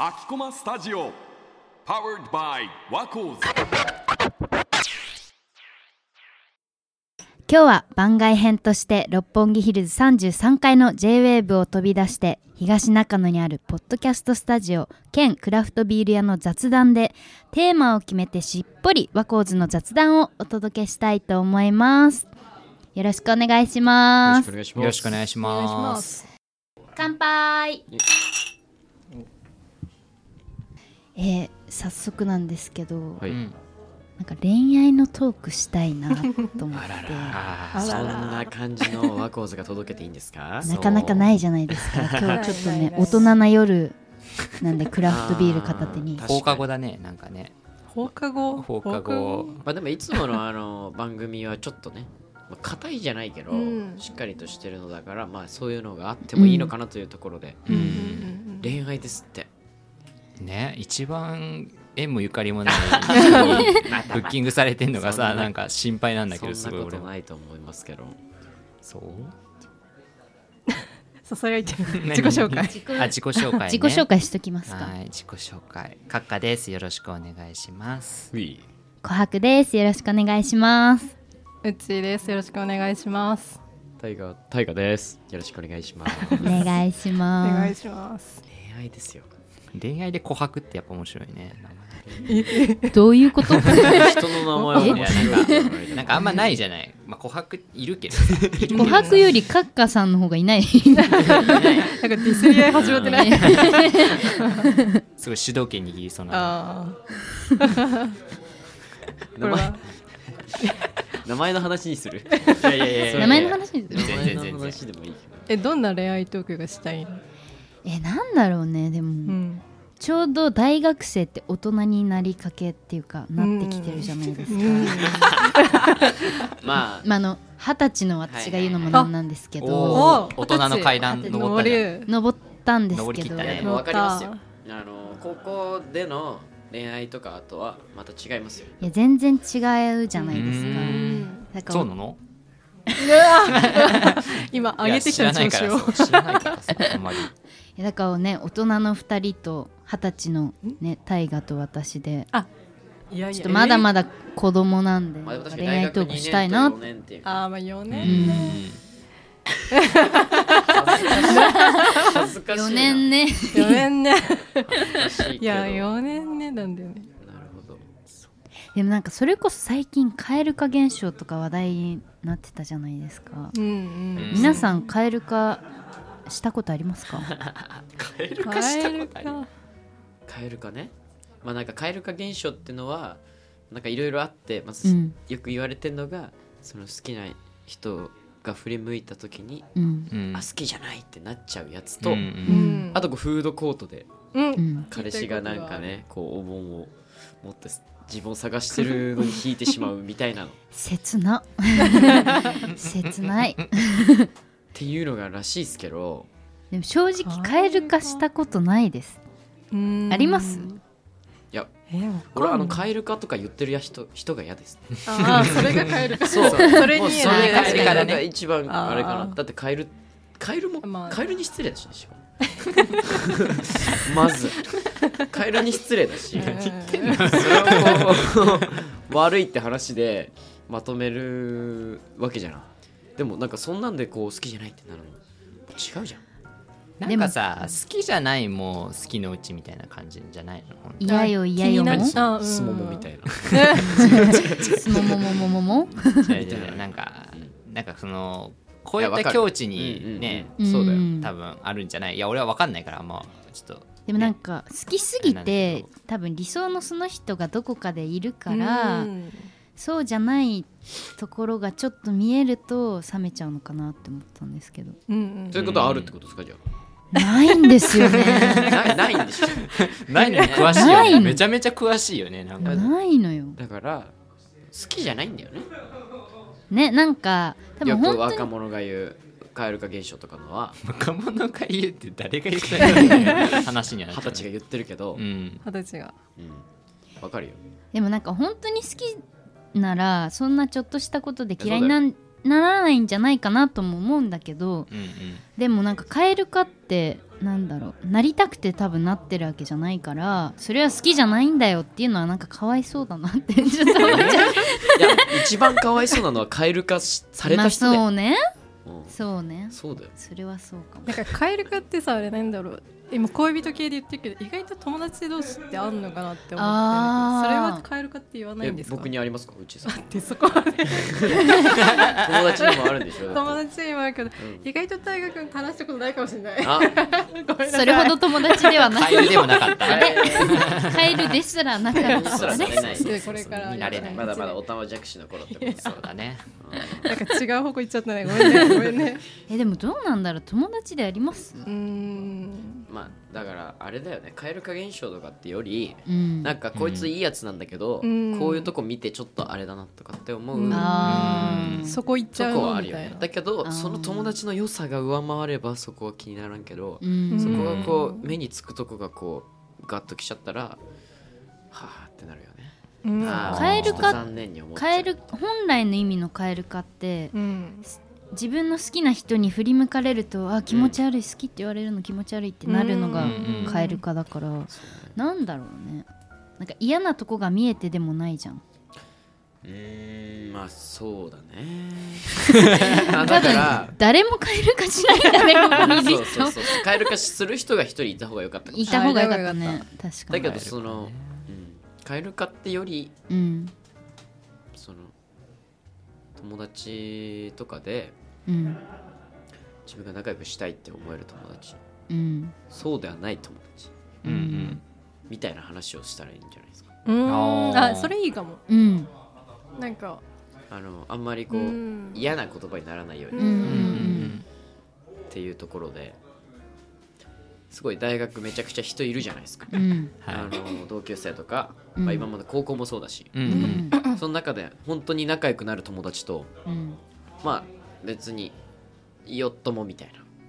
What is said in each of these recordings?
アキコマスタジオ Powered by ワコーズ今日は番外編として六本木ヒルズ33階の JWAVE を飛び出して東中野にあるポッドキャストスタジオ兼クラフトビール屋の雑談でテーマを決めてしっぽり和光図の雑談をお届けしたいと思いますよろしくお願いしますよろしよろしくお願いしします。乾杯えー早速なんですけど、はいうんなんか恋愛のトークしたいなと思ってあああ、らそらんな感じのワコーズが届けていいんですか。なかなかないいじゃないですか今日ちょっとないないねない大人な夜なんでクラフトビール片手にあー放課後だね、なんかね。放課後放課後。まあでもいつものあの番組はちょっとね、まあ硬いじゃないけど、うんしっかりとしてるのだから、まあそういうのがあってもいいのかなというところで、ううんうんん。うん恋愛ですって。ね、一番縁もゆかりもないブッキングされてんのがそんなさ、なんか心配なんだけど、すそんごないこ俺とは。ないと思いますけど。そうささやいちゃう何自己紹介あ、自己紹介ね。自己紹介しときますかはい、自己紹介。カッカです。よろしくお願いします。琥珀ですよろしくお願いしますうちですよろしくお願いしますタイガー、タイガーです。よろしくお願いします。お願いしおま願いすします恋愛ですよ。恋愛で琥珀ってやっぱ面白いね。どういう こと人の名前を面白いね。 なんかあんまないじゃない。まあ、琥珀いるけどさ。いるけど琥珀よりカッカさんの方がいない なんかディスり合い始まってないすごい主導権握りそうな。ああこ名れ前は名前の話にする。いやいやいや名前の話です 名よ前全然全然の話でもいいけど。えどんな恋愛トークがしたいのえなんだろうねでも、うんちょうど大学生って大人になりかけっていうかなってきてるじゃないですか、まあ、まああの二十歳の私が言うのもなんなんですけど、おおお大人の階段二十歳登ったね。登ったんです登りけ切どったねでも分かりますよあの高校での恋愛とかとはまた違いますよいや全然違うじゃないですかうーんだからそうなの今上げてきた調子をいや知らないからさ知らないからさあんまりいやだからね大人の2人と二十歳のね大河と私でいやいやちょっとまだだまだ子供なんで、まあでも確かに恋大愛学ト2ークしたい年なと4年っていうあーまあ4う年ん恥ずかしいな4年ね 4年ね恥ずかしいいけどや4年ねなんだよねなるほどでもなんかそれこそ最近蛙化現象とか話題になってたじゃないですか、うんうん皆さん蛙化したことありますかカエルうん化したことある蛙化カエル化ねまあなんかカエル化現象ってのはなんかいろいろあってまうずんよく言われてるのがその好きな人が振り向いた時にうんうんあ好きじゃないってなっちゃうやつとうんうんあとこうフードコートでううんん彼氏がなんかねこうお盆を持って自分を探してるのに引いてしまうみたいなの っ切な切ないていうのがらしいですけどでも正直蛙化したことないですうんありますいやえわかん俺はあなのい蛙化とか言ってるや人人が嫌です、ね、ああそれが蛙化 そうそれもうにそれが確かにが一番あれかなあーだってカエルカエルも、まあカエルに失礼だし、ね、しかも まずカエルに失礼だしそれをこう悪いって話でまとめるわけじゃないでもなんかそんなんでこう好きじゃないってなるの違うじゃんなんかさ好きじゃないも好きのうちみたいな感じじゃないのほんと嫌よ嫌よも気になっちゃうあうんすももみたい なすももももももいやいやいやなんかなんかそのこういいやわっかるた境地にねうんうんうんそうだようん多分あるんじゃないいや俺は分かんないからあんまちょっとでもなんか好きすぎあれなんてだけ多分理想のその人がどこかでいるからそうじゃないところがちょっと見えると冷めちゃうのかなって思ったんですけどうんうんそういうことあるってことですかじゃないんですよ ねあないないんでしょないのに詳しいなよいの ねめちゃめちゃ詳しいよねなんかないのよだから好きじゃないんだよねねなんか多分よく本当若に者が言う蛙化現象とかのは若者が言うって誰が言ったら話にはなっ二ち十ゃう歳が言ってるけどう、ん二十歳がうんわかるよでもなんか本当に好きならそんなちょっとしたことで嫌いになんならないんじゃないかなとも思うんだけどうんうんでもなんか蛙化ってなんだろうなりたくて多分なってるわけじゃないからそれは好きじゃないんだよっていうのはなんかかわいそうだなってちょっと思っちゃういや一番かわいそうなのは蛙化しされまたあ人だそよ、うねうんそうねそうだよそれはそう かもなんか蛙化ってさあれなんだろう今恋人系で言ってるけど意外と友達同士ってあんのかなって思ってるけどそあれーは蛙化って言わないんでえすか僕にありますかうちさん友ってそこはね達にもあるんでしょだ友 って達にもあるけどうん意外と大河君話したことないかもしれないあ ごめんなさいそれほど友達ではなカいエルでもな かった蛙ですらなかったからねれないそうこれから見られないまだまだおたまじゃくしの頃ってことですそうだねなんか違う方向行っちゃったねごめんねごめん ねえでもどうなんだろう友達でありますうーん まあだからあれだよね蛙化現象とかってよりうんなんかこいついいやつなんだけど、うんこういうとこ見てちょっとあれだなとかって思う、うんあーそこ行っちそゃうこはのあみるよたいねなだけあーどその友達の良さが上回ればそこは気にならんけど、うんそうんこがこう目につくとこがこうガッときちゃったらはあってなるよね、うんあーちょ蛙化っと残念に思っちゃうカエル本来の意味のカエル化ってうん自分の好きな人に振り向かれるとあ気持ち悪い好きって言われるの気持ち悪いってなるのがうんカエル化だからそうなんだろうねなんか嫌なとこが見えてでもないじゃんねうーんまあそうだね あだから誰もカエル化しないんだねここにいそるうそう人そう蛙化する人が一人いた方が良かったかもいしれた方がよかっはたいね確かないにだけどその、うん、蛙化ってよりうんその友達とかでうん自分が仲良くしたいって思える友達うんそうではない友達うんうんみたいな話をしたらいいんじゃないですかうんあーあそれいいかもうんなんかあのあんまりこう、うん嫌な言葉にならないようにうっうんうんていうところで、すごい大学めちゃくちゃ人いるじゃないですか、うんはいあの同級生とか、うんまあ、今まで高校もそうだし、うんううんんその中で本当に仲良くなる友達とうんまあ別によっともみたい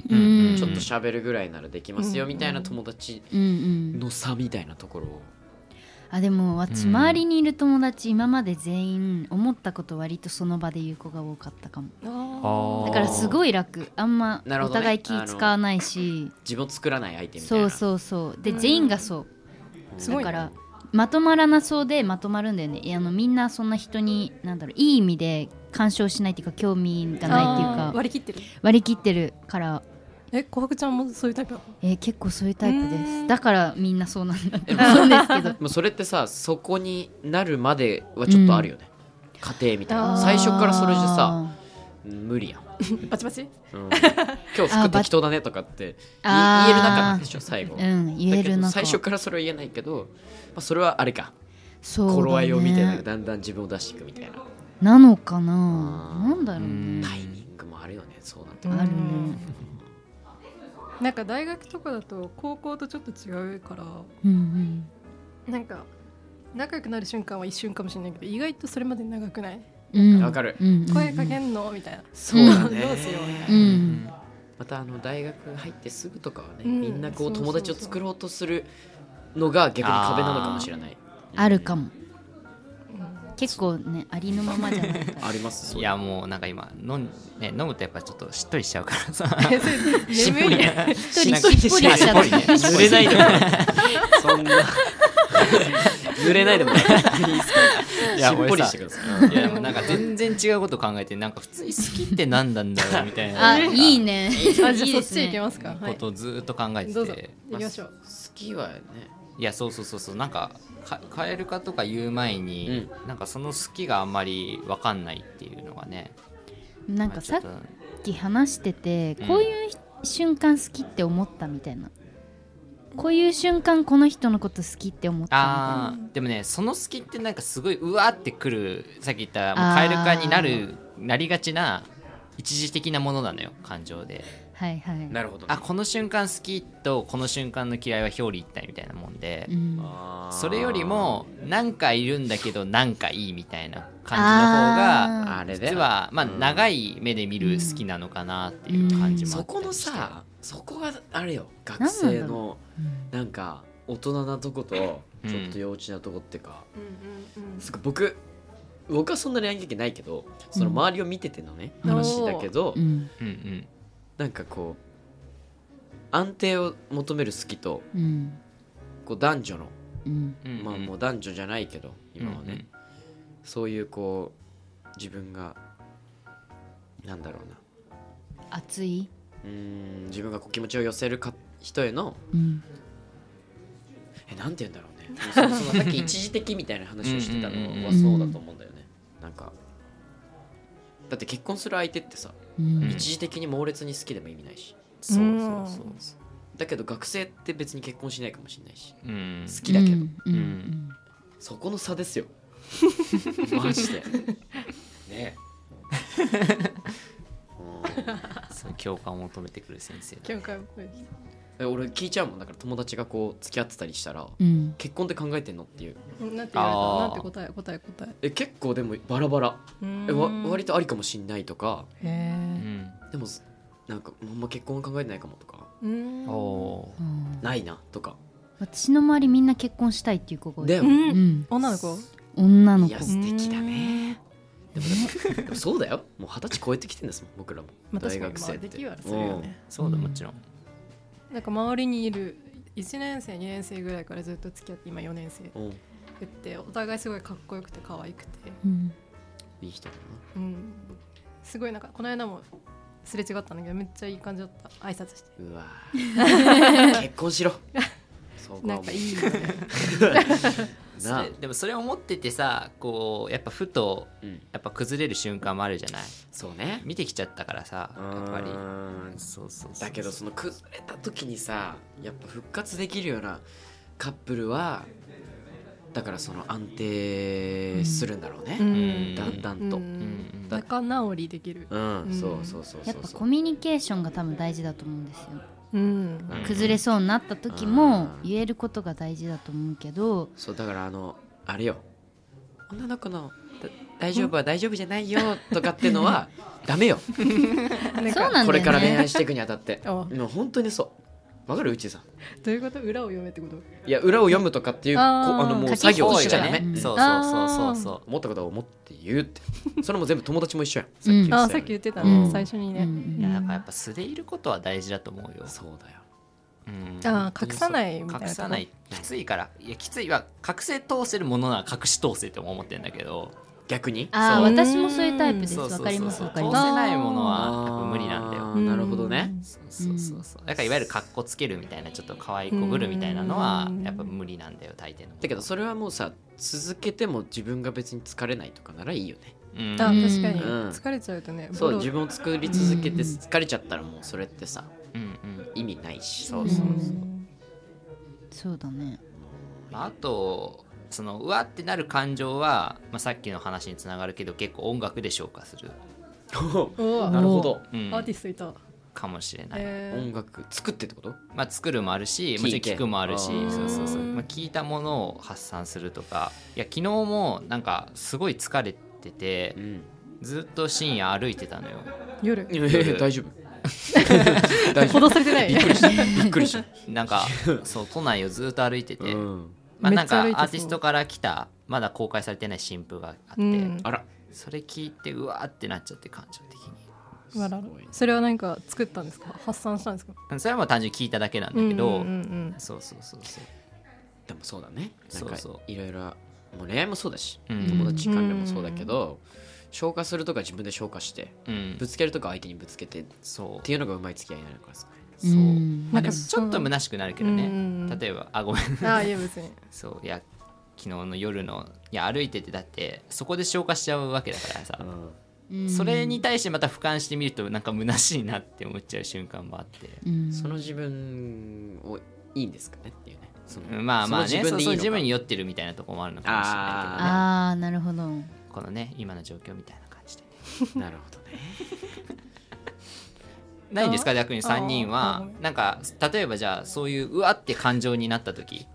な、うんちょっと喋るぐらいならできますよみたいな友達うんうんの差みたいなところを、あでも私うん周りにいる友達今まで全員思ったこと割とその場で言う子が多かったかもあーだからすごい楽あんまなるおほどね互い気使わないし自分を作らない相手みたいそなうそうそうでうん全員がそうすごだいねからまとまらなそうでまとまるんだよねいやあのみんなそんな人になんだろういい意味で干渉しないっていうか興味がないっていうあーか割り切ってる割り切ってるからえ琥珀ちゃんもそういうタイプなのえー結構そういうタイプでうすんだからみんなそうなんだとえ思うんですけどもうそれってさそこになるまではちょっとあるよね、家庭みたいな最初からそれじゃさあ無理やん、バチバチうん、今日あ服ば適当だねとかってい言えるあー中なんでしょ最後、ーうん言えるだけどな最初からそれは言えないけど、まあ、それはあれかそうだね頃合いを見てなんかだんだん自分を出していくみたいな、なのかなあーなんだろうねタイミングもあるよねそうなってあくるるねなんか大学とかだと高校とちょっと違うからうんなんか仲良くなる瞬間は一瞬かもしれないけど意外とそれまで長くないうんうんわかるうんうんうん声かけんのみたいなそうだね、どうしようみたいなううんんまたあの大学入ってすぐとかはね、うんみんなこそううそうそう友達を作ろうとするのが逆に壁なのかもしれないあるか、もうん結構ねありのままじゃないかうんらありますそういやもうなんか今飲ん,、ね、飲むとやっぱちょっとしっとりしちゃうからさ眠いね一人しっぽりしちゃった濡れないでもそんな濡れないでもないいいですかいしやっぽりしてください いやで もなんか全然違うこと考えてなんか普通に好きってなんなんだろうみたいな あいいね いいあじゃあそでっすち行きねますかはこいとをずーっと考えてどうぞて、行きましょう好きはねいやそうそうそうそうなんかかカエル化とか言う前に、なんかその好きがあんまりわかんないっていうのがねなんかさっまあちょっき話しててうんこういう瞬間好きって思ったみたいなこういう瞬間この人のこと好きって思ったみたいなあーでもねその好きってなんかすごいうわーってくるさっき言ったもうカエル化になるなりがちな一時的なものなのよ感情ではいはいなるほど、あこの瞬間好きとこの瞬間の嫌いは表裏一体みたいなもんで、うんあーそれよりもなんかいるんだけどなんかいいみたいな感じの方あがーあれだよ実は、まあ、うん長い目で見る好きなのかなっていう感じもあそったこのりしてさそこがあれよ学生のなんか大人なとことうんちょっと幼稚なとこっていうか、うんうんうんすごい僕僕はそんな恋愛経験ないけどその周りを見ててのね、うん話だけど、うんうんうんなんかこう安定を求める好きとうんこう男女の、うんうんまあもう男女じゃないけど今はね、うんそういうこう自分がなんだろうな熱いうーん自分がこう気持ちを寄せるか人へのうんえなんて言うんだろうねそのそのさっき一時的みたいな話をしてたうんうんうんのはうんそうだと思うんだよねなんかだって結婚する相手ってさうんん一時的に猛烈に好きでも意味ないしうんそだけど学生って別に結婚しないかもしれないしううん好きだけど、うんうんうんそこの差です よマジでねえうんそう共感を求めてくる先生見解を超えてえ俺聞いちゃうもんだから友達がこう付き合ってたりしたらうん結婚って考えてんのっていうなんて言わあーれたなんて答え答え答ええ結構でもバラバラうーんえわ割とありかもしんないとかへうえんでもすなんかあんま結婚は考えてないかもとかうーんおうんないなとか私の周りみんな結婚したいっていう子が多いだよううんん女の子女のい子や素敵だねでもでもでもそうだよもう二十歳超えてきてんですもん僕らも、まあ大確かに学生ってまあできはするよねそうだもちろんなんか周りにいる1年生2年生ぐらいからずっと付き合って今4年生うんうんってお互いすごいかっこよくて可愛くてうんいい人だなうんすごいなんかこの間もすれ違ったんだけどめっちゃいい感じだった挨拶してうわ ー結婚しろそうなんもかいいなそれでもそれを持っててさこうやっぱふとうん、やっぱ崩れる瞬間もあるじゃないそうね見てきちゃったからさうーやんっぱりそうそうそうだけどその崩れた時にさやっぱ復活できるようなカップルはだからその安定するんだろうね、んだんだんとううんんうん仲直りできるうん、うんそうそうそうやっそうぱそコうミュニケーションが多分大事だと思うんですようんうん崩れそうになった時もうん言えることが大事だと思うけどそうだからあのあれよ女の子のだ大丈夫は大丈夫じゃないよとかってのはダメよなんそうなんだよねこれから恋愛していくにあたってあもう本当にそうわかるうちさんどういうこと裏を読めってこといや裏を読むとかっていうこうあーあのもう書き作業込をみしちゃダメ、ねうんそうそうそうそうそ思ったことは思って言うってそれも全部友達も一緒やんうん言ああってたさよっき言ってたうねん最初にうねうんいやだからやっぱ素でいることは大事だと思うよそうだようんああ隠さないみたいな隠さないきついからいやきついは隠せ通せるものなら隠し通せって思ってんだけど逆にああそう私もそういうタイプですそうわそうかりそうますそうわ通かせりますないものは多あー分無理なんだようんなるほどねそうそうそうそうだからいわゆる格好つけるみたいなちょっと可愛い子ぶるみたいなのはやっぱ無理なんだよ大抵のだけどそれはもうさ続けても自分が別に疲れないとかならいいよねうんあん確かにうん疲れちゃうとねそうボロ自分を作り続けてうん疲れちゃったらもうそれってさうんうん意味ないしそうそううんそうだねまあ、あとそのうわってなる感情は、まあ、さっきの話につながるけど結構音楽で消化する、そうお なるほど、うんアーティストいたかもしれない、え音楽作ってってことまあ、作るもあるしもちろん聞いて聞くもあるしあーそうそうそう、うんまあ、聞いたものを発散するとかいや昨日もなんかすごい疲れててうんずっと深夜歩いてたのよー夜えー大丈夫 大丈ほ夫どされてない びっくりしたびっくりしたなんかそう都内をずっと歩いてて、うんまあ、めなっんちゃか歩いてそうアーティストから来たまだ公開されてない新譜があって、うんあらそれ聞いてうわーってなっちゃって感情的にあららそれは何か作ったんですか発散したんですかうんそれはもう単純に聞いただけなんだけど、うんうんうんそうそうそうそうでもそうだねなんかそうそいろいろもう恋愛もそうだしうん友達関連もそうだけど消化するとか自分で消化してうんぶつけるとか相手にぶつけてっそうていうのがうまい付き合いになるからさそううんまあでもちょっと虚しくなるけどうんうんうねん例えばあごめん うんああいや別にそういや昨日の夜のいや歩いててだってそこで消化しちゃうわけだからさうんそれに対してまた俯瞰してみるとなんか虚しいなって思っちゃう瞬間もあってうんその自分をいいんですかねっていうねそのうんまあまあねそそのうそう自分自分でいにいのか酔ってるみたいなとこもあるのかもしれないけどねああなるほどこのね今の状況みたいな感じでなるほどねないんですか逆に3人あーはごめんなんか例えばじゃあそういううわって感情になった時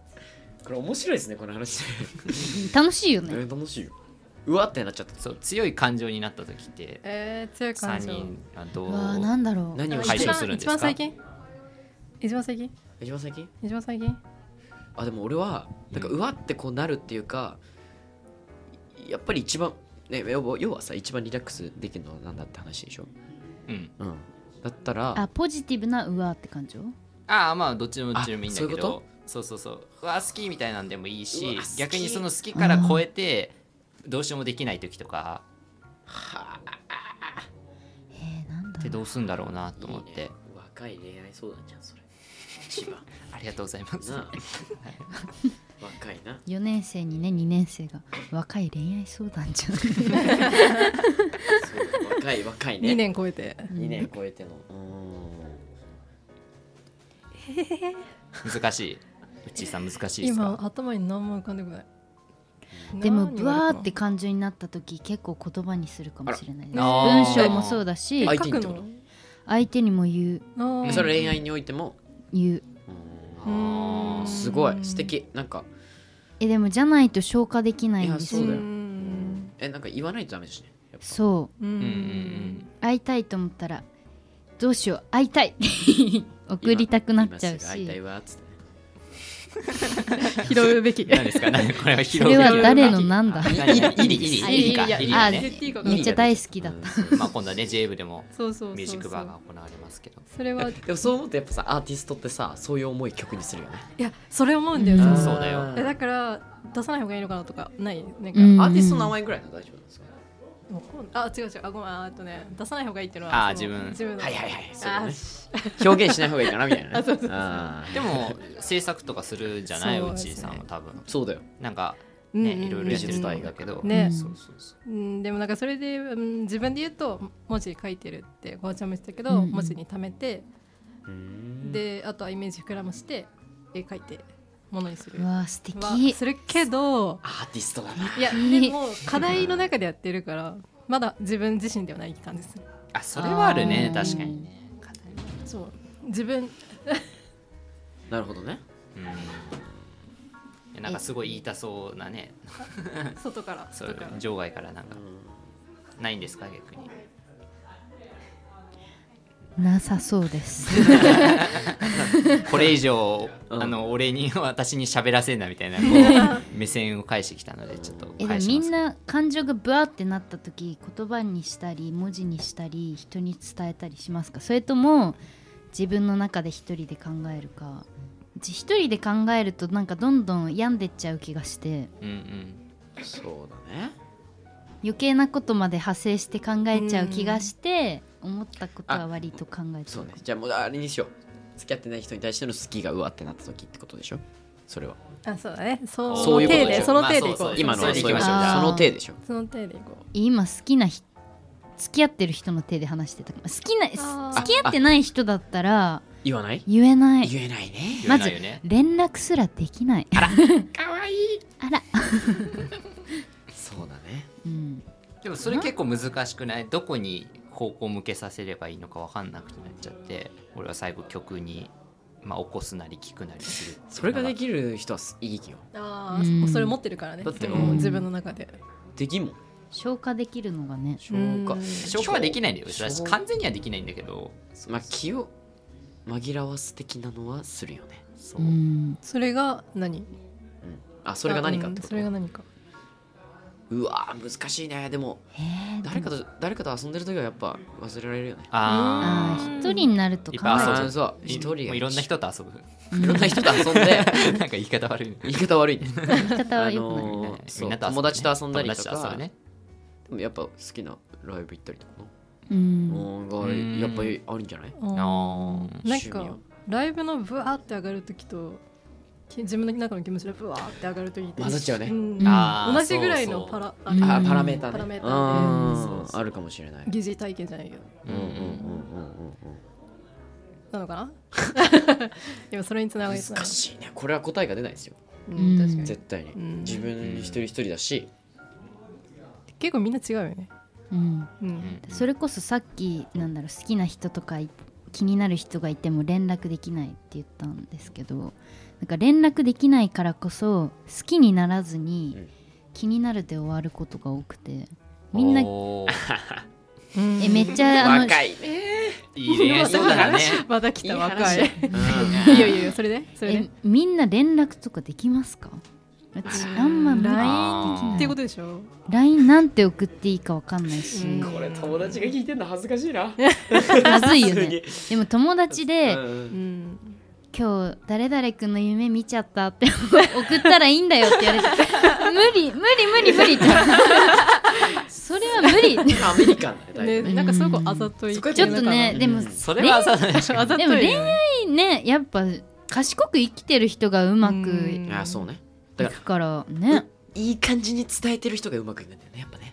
これ面白いですねこの話 楽しいよね楽しいようわってなっちゃったそう強い感情になった時ってえー強い感3情人はどううわあなんだろう何を解一消番するんです一か番最近一番最近一番最近一番最近あでも俺はなんかうわってこうなるっていうかやっぱり一番ね、要は要はさ一番リラックスできるのはなんだって話でしょ、うん、うん、だったらあポジティブなうわって感情ああまあどっちでもどっちでもいいんだけあそういうこどとそうそうそううわ好きみたいなんでもいいうしわ好き逆にその好きから超えてどうしようもできない時とかえー、なんだってろうどうすんだろうなと思っいいてね若い恋愛相談じゃんそれ一番ありがとうございます なあ若いな4年生にね2年生が若い恋愛相談じゃんそう若い若いね2年超えて2年超えてのう難しいうっちーさん難しいです今か頭に何も浮かんでこないでも何ブ言わワれーたって感情になった時結構言葉にするかもしれないですあら文章もそうだしあー書くの相手にも言うあうんーんそれ恋愛においても言ううんうあんすごい素敵なんかえでもじゃないと消化できないんですいやそうよだよんえなんか言わないとダメですねやっぱそううーうんうんん会いたいと思ったらどうしよう会いたい 送りたくなっちゃう今すぐ会いたいしわっつって拾うべきうん何ですか何これは拾うそれは誰のなんだ何何イリイリイリかいやいやイリあだーね絶対いいことめっちゃ大好きだったうんまあ今度はね JF でも そうそうそうそうミュージックバーが行われますけどそれはでもそう思うとやっぱさアーティストってさそういう思い曲にするよねいやそれ思うんだよね、うんそうだよえだから出さない方がいいのかなとかないなんか、うんアーティストの名前ぐらいの大丈夫なんですかもうこうあ違う違うあごめんああとね出さない方がいいっていうのあはーその自分自分のはいはいはいそうだあねーし表現しない方がいいかなみたい なねあそうそうそうあーでも制作とかするじゃないそううでちすねーさんは多分そうだよなんかうんうんねうんいろいろやってると思うんだけどねそうそうそううんでもなんかそれで、うん、自分で言うと文字書いてるってごはちゃんも言ってたけど、うんうん文字に溜めてでであとはイメージ膨らまして絵描いてものにするうはわー素敵するけどアーティストだないやいいでも課題の中でやってるからまだ自分自身ではない感じでするあそれはあるねあー確かにねそう自分なるほどねうんなんかすごい言いたそうなね外からそ外うから場外からなんかないんですか逆になさそうですこれ以上、うんあの俺に 私に喋らせんなみたいなこう目線を返してきたのでちょっとえで返もしみますんな感情がブワーってなった時言葉にしたり文字にしたり人に伝えたりしますかそれとも自分の中で一人で考えるかじ一人で考えるとなんかどんどん病んでっちゃう気がしてうんうんそうだね余計なことまで派生して考えちゃう気がして、思ったことは割と考えちゃそううねじゃあもうあれにしよう付き合ってない人に対しての好きがうわってなった時ってことでしょそれはあそうだねそのそういうこと手でしょでその手でいまあそこう,、うそう今のはそれでそいういきうことそましょうじゃあの手でしょその手でいこう今好きな人付き合ってる人の手で話してた好きなあー付き合ってない人だったら言わない言えない言えないねま言ずえないよね連絡すらできないあらかわいいあら、そうだねうん、でもそれ結構難しくないどこに方向向けさせればいいのか分かんなくなっちゃって俺は最後曲に、まあ、起こすなり聞くなりするっていうのがそれができる人はすいいよあうんあそれ持ってるからねだってそうんの自分の中でできんもん消化できるのがね消化うん消化はできないんだよ消化完全にはできないんだけどまあ気を紛らわす的なのはするよねそううんんそれが何あそれが何かってこあうんそとれが何かうわー難しいねでもえー、誰かでもと誰かと遊んでる時はやっぱ忘れられるよねああー一人になると考えちいっぱいゃ遊うぶそうー一人がもういろんな人と 遊ぶいろんな人と遊ん でなんか言い方悪いね言い方悪いね言い方はあ良くない、のーみそんうなと遊ぶね友達と遊んだりと友達と遊かぶねでもやっぱ好きなライブ行ったりとかなうんうんがうんやっぱりあるんじゃないうんあーなん趣味かをライブのブワーって上がる時とき自分の中の気持ちでブワーって上がる時って混ざっちゃうねんあー同じぐらいのパラうんああパラメータパーラメねーターでそうあそうあるかもしれない疑似体験じゃないけどううんんううんうんんうんうんなのかな今それにつながりつなが難るしいねこれは答えが出ないですようん確かに絶対にうん自分一人一人だし結構みんな違うよねうん、ううんんそれこそさっきなんだろう好きな人とかい気になる人がいても連絡できないって言ったんですけどなんか連絡できないからこそ好きにならずうにん気になるで終わることが多くてみんなおーえめっちゃあの若いねいい恋愛相談だ ねまた来た若いいうんいよいいよそれでそれえでみんな連絡とかできますかうちあんま無理 LINE あーってことでしょ LINE なんて送っていいかわかんないし、うんこれ友達が聞いてんの恥ずかしいな。まずいよ普通に ねでも友達で、 うんん今日誰々君の夢見ちゃったって 送ったらいいんだよって言われて 無理無理無理無理って それは無 理アメリカンだねだいね、ぶね。なんかすごくあざといそこ系はちょっとねうんでもそれはさないでしょなんかあざとでいも恋愛ねやっぱ賢く生きてる人がうまくいんあそうね。くからね、いい感じに伝えてる人がうまくいくんだよねやっぱね。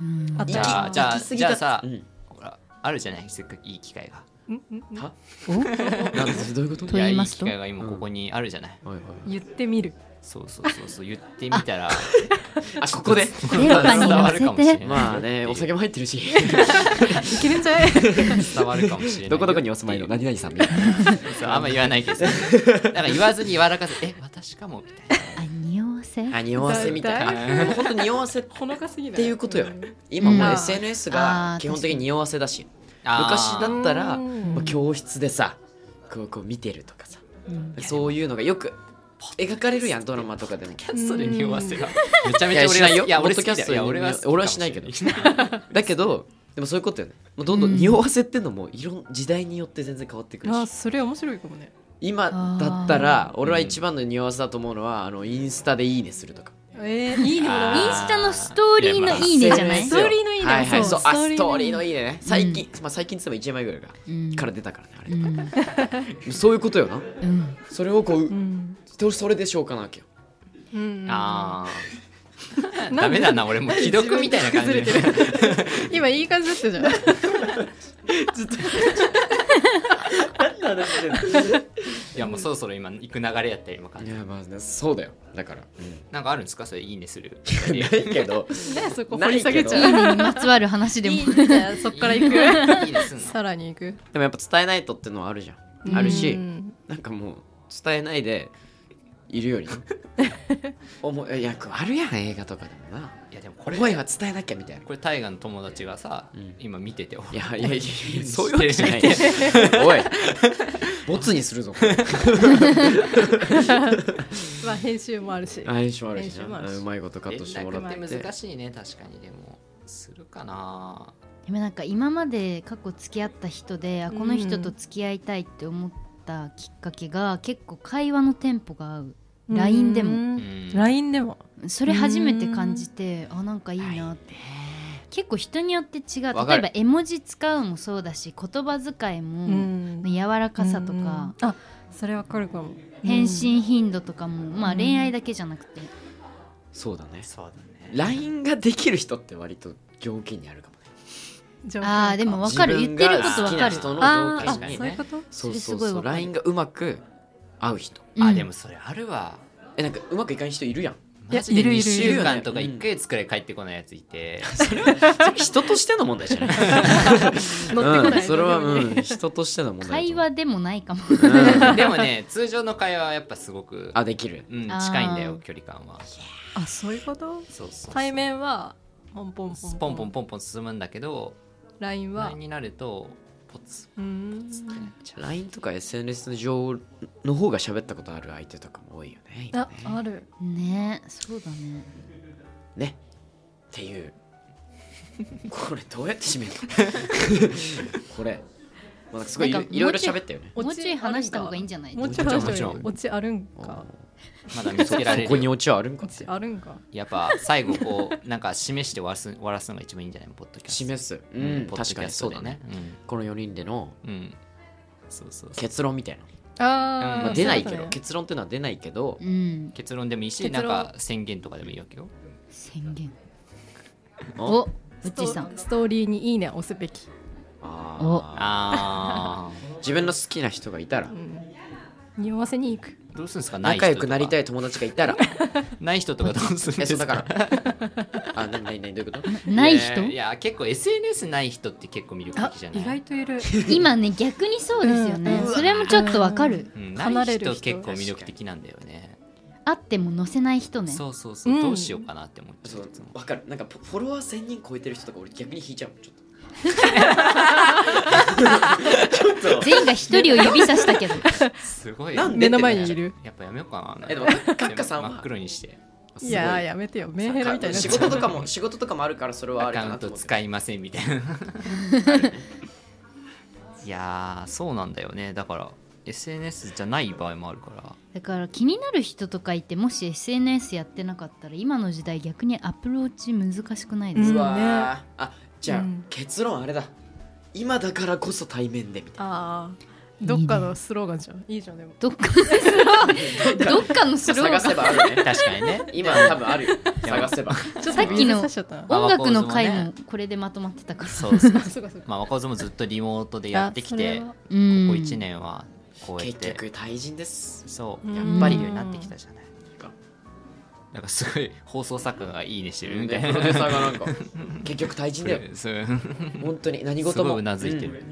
うんあじゃあじゃあ行き過ぎじたゃあさ、うんほらあるじゃないせっかくいい機会がうんうんうんはおなんでどういうこと？と言いますとやいい機会が今ここにあるじゃない、はいはい言ってみるそうそうそうそう言ってみ たらあここで。電波に乗せて 伝わるかもしれないま あねお酒も入ってるし。いけるんじゃない伝わるかもしれないどこどこにお住まいの何々さんみたいな。そうあんま言わないけ どなんか言わずに柔らかせてえ私かもみたいあ匂わせあ匂わせみたいだいな。本当匂わせっほのかすぎないていうことよん。今もうんう SNS が基本的に匂わせだし、な 昔だったらうんまあ教室でさ、こうこう見てるとかさ、うんそういうのがよく描かれるやんドラマとかでも。キャストで匂わせがめちゃめいちゃや俺しはないよ。いやポッ俺ド好キャきスだトよいやに俺は好き俺はしないけど。だけどでもそういうことよね。もうどんどん匂わせってのもいろん時代によって全然変わってくるあし。それ面白いかもね今だったら俺は一番の匂わせだと思うのはあのインスタでいいねするとか。えー、いいねあインスタのストーリーのいいねじゃないストーリーのいいねはいはい、そそううストあーリーのいいねストーリーのいいねね最近、まあ最近っつっても1年前ぐらいか,、うんから出たからねあれうとか、んそういうことよなうんそれをこう、うん、とそれで消化なわけようん、ああダメだな俺もう既読みたいな感じで今いい感じだったじゃんいやもうそろそろ今行く流れやったりも感いじやまあねそうだよだから、なんかあるんですかそれいいねするいやないけどねそこな掘りい下けげどちいいゃうねにまつわる話でもいいねじゃあそっから行くいいね すんの さらに行くでもやっぱ伝えないとってのはあるじゃんあるし、うんなんかもう伝えないでいるよりね思いいやあるやん映画とかでもないやでもこれ思いは伝えなきゃみたいなこれ大河の友達がさ、ん今見てていやいやいやいやそういうわけじゃないないおいボツにするぞこれまあ編集もあるし相性あるし相性もあなるしうまいことカットしてもらって連絡って難しいね確かにでもするかなでもなんか今まで過去付き合った人で、あこの人と付き合いたいって思ったきっかけが結構会話のテンポが合う LINE でもうもん LINE でもそれ初めて感じてあなんかいいなって結構人によって違う例えばわかる絵文字使うもそうだし言葉遣いもん柔らかさとか、うんあそれわかるかも返信頻度とかも、まあうん恋愛だけじゃなくて、そうだねそうだね LINE ができる人って割と条件にあるかもね情報ああでもわかる言ってることわ自分かがる好きな人のあー確かあにねそういうことそそうそれすうごいそわうかる LINE がうまく合う人うあんでもそれあるわえなんかうまくいかん人いる やんいやマジでいるいる2いる週間とかうん1ヶ月くらい帰ってこないやついて、それ人としての問題じゃない 乗ってこないうんそれはどこうにん人としての問題会だ話でもないかも、と思ううんでもね通常の会話はやっぱすごく、あできるうん、あー近いんだよ距離感はあそういうことそうそうそう対面はポンポンポンポンポンポンポン進むんだけど LINE は LINE になるとポツうーんポツってなっちゃ LINE とか SNS 上の方が喋ったことある相手とかも多いよね今あねあるねそうだねねっていうこれどうやって締める のこれ、まあ、なんかすごいいろなんかいろいろ喋ったよねもうちょい話した方がいいんじゃないもうちょい話したも方ちろんもちろんがオチあるんあかうまだ見つけられーるここに落ちはあるんかオってチあるんかやっぱ最後こうなんか示して終わらす終わらすのが一番いいんじゃないポッドキャスト示す、うん、ポッド確キかャにスそトうでだねうんこの4人でのうん。そうそうそう結論みたいな、あーままあ、出ないけそど、うだね結論っていうのは出ないけど、うん結論でもいいし、結なん論か宣言とかでもいいわけよ。宣言おおうちさんストーリーにいいねを押すべきああー自分の好きな人がいたら匂わせに行くあ。どうするんですか仲良くなりたいい友達がいたら人とか。ない人とかどうするんえでそうすだかから あなになになにどういうことない人やいや、結構 SNS ない人って結構魅力あ的じゃない意外と いる今ね逆にそうですよね、うんそれもちょっとわかる、うん、な離いれ人る人結構魅力的なんだよね。あっても載せない人ねそうそうそう、うんどうしようかなって思っちゃそうういつも。わかるなんかフォロワー1000人超えてる人とか俺逆に引いちゃうもんちょっと全員が一人を指さしたけどすごい。なんで目の前にいるやっぱやめようかな。えでもカッカさんは真っ黒にして。すごいいやーやめてよメンヘラみたいになっ仕ちゃ事うとかも仕事とかもあるからそれはあアれカかウなンとト思う使いませんみたいな いやーそうなんだよねだから SNS じゃない場合もあるからだから気になる人とかいてもし SNS やってなかったら今の時代逆にアプローチ難しくないですうか、んうわーあじゃあ、うん結論あれだ今だからこそ対面でみたいあーどっかのスローガンじゃんいいじゃんでもどっかのスロ ーどっかのスローな探せばあるね確かにね今多分あるよ探せばちょっさっときの指さしちゃったな音楽の回もこれでまとまってたから そうそうそうかそうかまあ若尾さんもずっとリモートでやってきあてそれこはこうん1年はこうやっ結て局対人ですそううんやっぱりようになってきたじゃないかなんかすごい放送作家がいいねしてるみプたロいデなューサーが なんか結局対人だよそう本当に何す事ごもいうなずいてる、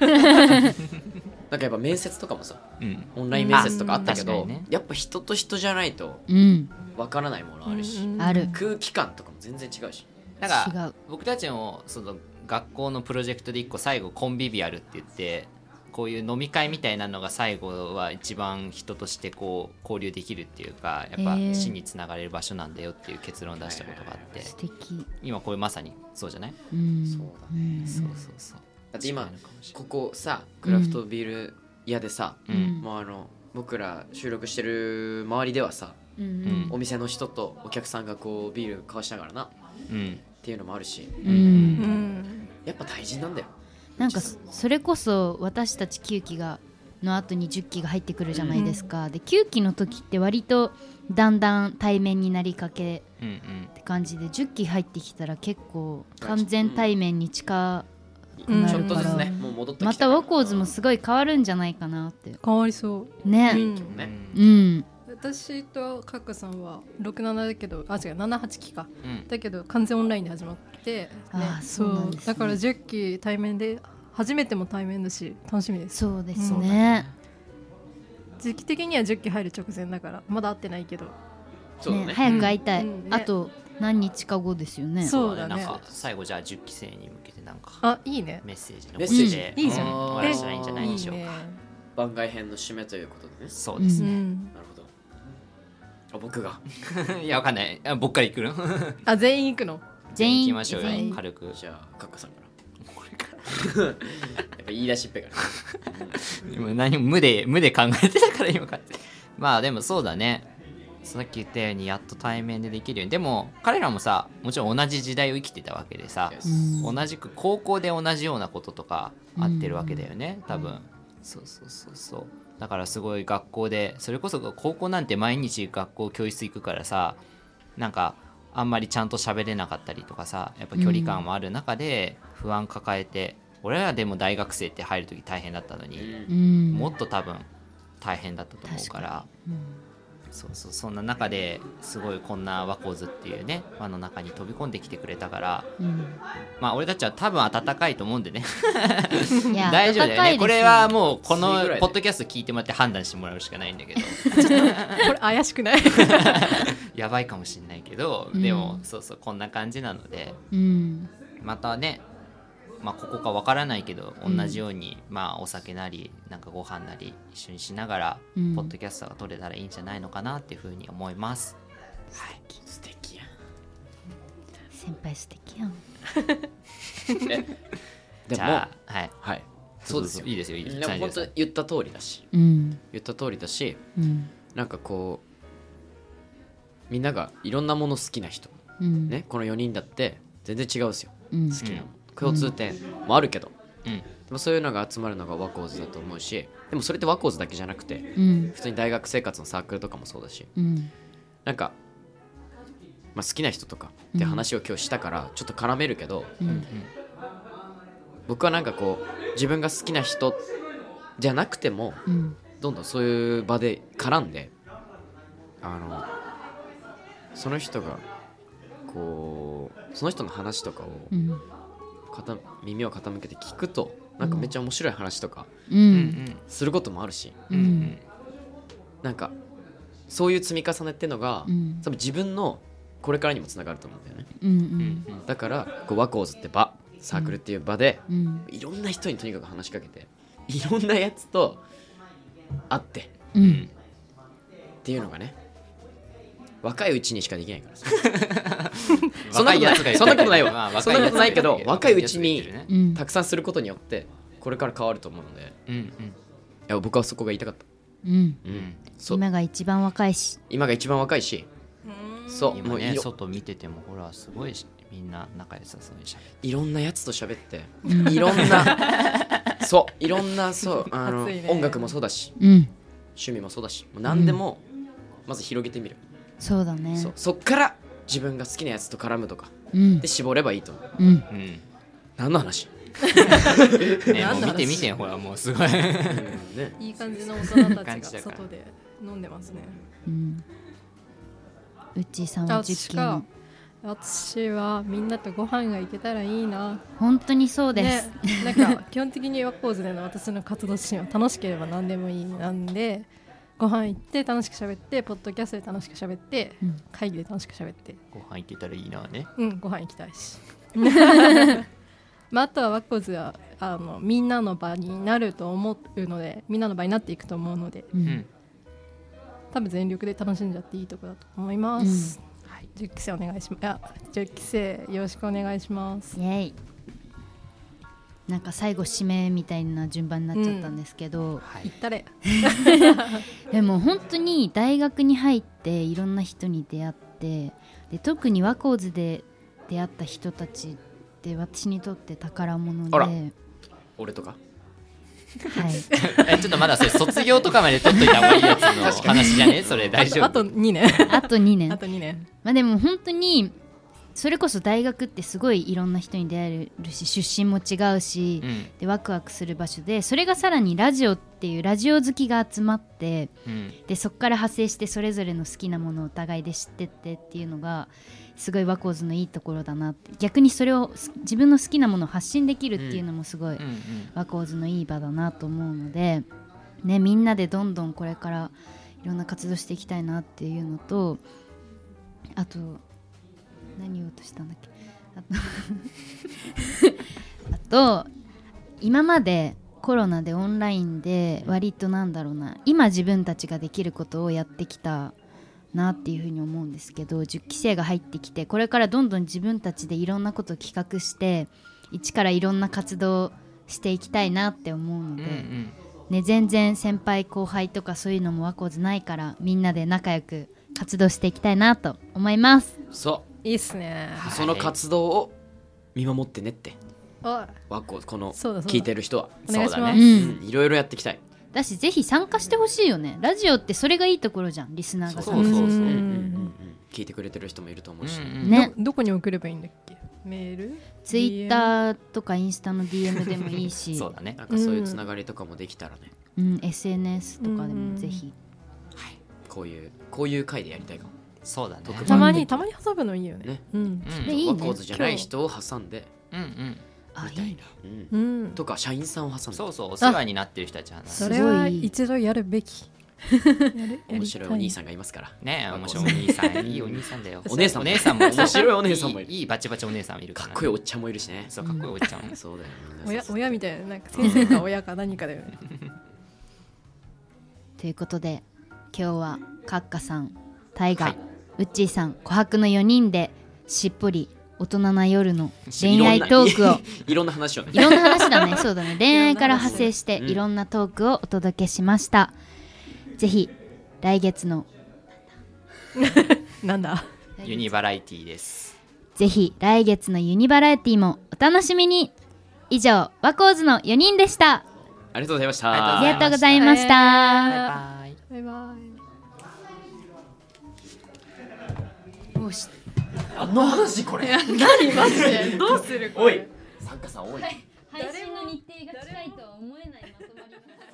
うんなんかやっぱ面接とかもさうんオンライン面接とかあったけあど、確かにねやっぱ人と人じゃないとうんわからないものあるし、うんある空気感とかも全然違うしなんか違う僕たちもその学校のプロジェクトで一個最後コンビビアルって言ってこういう飲み会みたいなのが最後は一番人としてこう交流できるっていうかやっへぱー死につながれる場所なんだよっていう結論を出したことがあって素敵今これまさにそうじゃないうんそうだねんそうそうそうだって今近いのかもしれここさクラフトビール屋でさ、ないうんもうあの僕ら収録してる周りではさうんんお店の人とお客さんがこうビール交わしながらなっうんていうのもあるしうんうんうんやっぱ対人なんだよなんかそそれこそ私たち9期がの後に10期が入ってくるじゃないですか、で9期の時って割とだんだん対面になりかけうんうんって感じで10期入ってきたら結構完全対面に近うんちょっとですなるねほもう戻ってきたまたワコーズもすすごい変わるんじゃないかなって変わりそうねうんねうん私とカッカさんは67だけどあ違う78期かうんだけど完全オンラインで始まって、ねあーそうなんですねだから10期対面で初めても対面だし楽しみですそうですそうだね時期的には10期入る直前だからまだ会ってないけどそうだねね早く会いたい、うんねあと何日か後ですよねそうあれだねなんか最後じゃあ10期生に向けてなんかあいいねメッセージメ残ッセーしジ、ていいじゃんう終わえらせたらいいんじゃないでしょういいねか番外編の締めということでねそうですうねん、なるほどあ僕がいやわかんないあ僕から行くのあ全員行くの全員行きましょうよ全員軽くじゃあカッカさんから やっぱ言い出しっぺから今何も無で無で考えてたから今かまあでもそうだねさっき言ったようにやっと対面でできるようにでも彼らもさもちろん同じ時代を生きてたわけでさうん同じく高校で同じようなこととかあってるわけだよね多分そうそうそうそうだからすごい学校でそれこそ高校なんて毎日学校教室行くからさなんかあんまりちゃんと喋れなかったりとかさやっぱ距離感もある中で不安抱えて、俺らでも大学生って入る時大変だったのに、うんもっと多分大変だったと思うからそうそうそんな中ですごいこんな和光図っていうね輪の中に飛び込んできてくれたからうんまあ俺たちは多分温かいと思うんでねいや 大丈夫だよ暖かいでねすこれはもうこの暑いぐらいでポッドキャスト聞いてもらって判断してもらうしかないんだけどこれ怪しくない やばいかもしれないけど、うんでもそうそうこんな感じなのでうんまたねまあここかわからないけどうん同じように、まあお酒なりなんかご飯なり一緒にしながら、うんポッドキャストが撮れたらいいんじゃないのかなっていうふうに思います。はい素敵や 先輩素敵やんでじもゃあはいはいそうですよいいですよいいですでも本当30言った通りだしうん言った通りだしうんなんかこうみんながいろんなもの好きな人うんねこの4人だって全然違うんですようん好きなもの共通点もあるけど、うんでもそういうのが集まるのがワコーズだと思うしでもそれってワコーズだけじゃなくてうん普通に大学生活のサークルとかもそうだしうんなんか、まあ、好きな人とかって話を今日したからちょっと絡めるけど、うん僕はなんかこう自分が好きな人じゃなくてもうんどんどんそういう場で絡んであのその人がこうその人の話とかをうん傾耳を傾けて聞くとなんかめっちゃ面白い話とかううんんすることもあるしうんうんなんかそういう積み重ねってのが、うん多分自分のこれからにもつながると思うんだよねうんううんんうんだからこうワコーズって場サークルっていう場で、うんいろんな人にとにかく話しかけていろんなやつと会ってうんっていうのがね若いうちにしかできないからさそんな若ことないやいつが言ってるそんなことないわまあそんなことないけど若やつが言ってるうねんたくさんすることによってこれから変わると思うのでいうんや僕はそこが言いたかった、うんう、うんうんんそう今が一番若いし今が一番若いしそうも今ういねろ外見ててもほらすごいしみんな仲良さそうにしゃべいろんなやつと喋っていろんな そういろんなそうあの、熱いね音楽もそうだしうん趣味もそうだしもう何でもまず広げてみる、そうだねそうそっから自分が好きなやつと絡むとかうんで絞ればいいと思ううんうんね何の話、もう見て見てほらもうすごいうんね、いい感じの大人た感じちがだから外で飲んでますね。うんうっちーさんあは受私か験。私はみんなとご飯が行けたらいいな。本当にそうです、ね、なんか基本的にワコーズでの私の活動シーンは楽しければ何でもいいなんでご飯行って楽しく喋ってポッドキャストで楽しく喋って、うん会議で楽しく喋ってご飯行けたらいいな ねうんご飯行きたいし まああとはワコーズはあのみんなの場になると思うのでみんなの場になっていくと思うのでううんん多分全力で楽しんじゃっていいとこだと思います、はい10期生お願いしますいや10期生よろしくお願いしますイエイなんか最後締めみたいな順番になっちゃったんですけど、はい行ったれでも本当に大学に入っていろんな人に出会ってで特に和光図で出会った人たちって私にとって宝物で、あはらい、俺とかえちょっとまだそれ卒業とかまで取っといた方がいいやつの話じゃねそれ大丈夫あと2年あと2年あと2年まあでも本当にそれこそ大学ってすごいいろんな人に出会えるし出身も違うし、うんでワクワクする場所でそれがさらにラジオっていうラジオ好きが集まってうんでそこから派生してそれぞれの好きなものをお互いで知ってってっていうのがすごいワコーズのいいところだなって逆にそれをす自分の好きなものを発信できるっていうのもすごい、うんうんワコーズのいい場だなと思うので、ね、みんなでどんどんこれからいろんな活動していきたいなっていうのとあと何を落としたんだっけあと あと今までコロナでオンラインで割となんだろうな今自分たちができることをやってきたなっていうふうに思うんですけど10期生が入ってきてこれからどんどん自分たちでいろんなことを企画して一からいろんな活動をしていきたいなって思うのうで、んうんね、全然先輩後輩とかそういうのもワコーズないからみんなで仲良く活動していきたいなと思いますそいいっすねうその活動を見守ってねっておいわここのそうだそうだ聞いてる人はお願いしそうまだす、ねうんいろいろやっていきたいだしぜひ参加してほしいよねラジオってそれがいいところじゃんリスナーがそうそうそうううんんうんうんうん聞いてくれてる人もいると思うしうんうんねどこに送ればいいんだっけメールツイッターとかインスタの DM でもいいし そうだねなんかそういうつながりとかもできたらねうん SNS とかでもぜひこういうこういう回でやりたいかもそうだね特た番までにたまに挟むのいいよねねうんうんでいいねワコーズじゃない人を挟んでうんうんあみたいいいねなうんうんとか社員さんを挟んでそうそうお世話になってる人たちはそすごいれは一度やるべきやる面白いお兄んさんがいますからね面白いお兄さんいいお兄さんだよお姉さんもお姉さんも面白いお姉さんもいるいいバチバチお姉さんもいるかっらこいいおっちゃんもいるしねそうかっこいいおじちゃんもそうだよみんな親そう親みたいななんか先生か親か何かだよねということで今日はカッカさんタイガ、ウッチーさん琥珀の4人でしっぽり大人な夜の恋愛トークを いろんな話をねいろんな話だ ね。そうだね。恋愛から派生してうんいろんなトークをお届けしました。ぜひ来月のなんだユニバラエティですぜひ来月のユニバラエティもお楽しみに。以上ワコーズの4人でした。ありがとうございましああたりがとうございました。バイバイバイバイもうしの話これマジでどうするこれ参加さん多い配信の日程が近いとは思えないまとまり。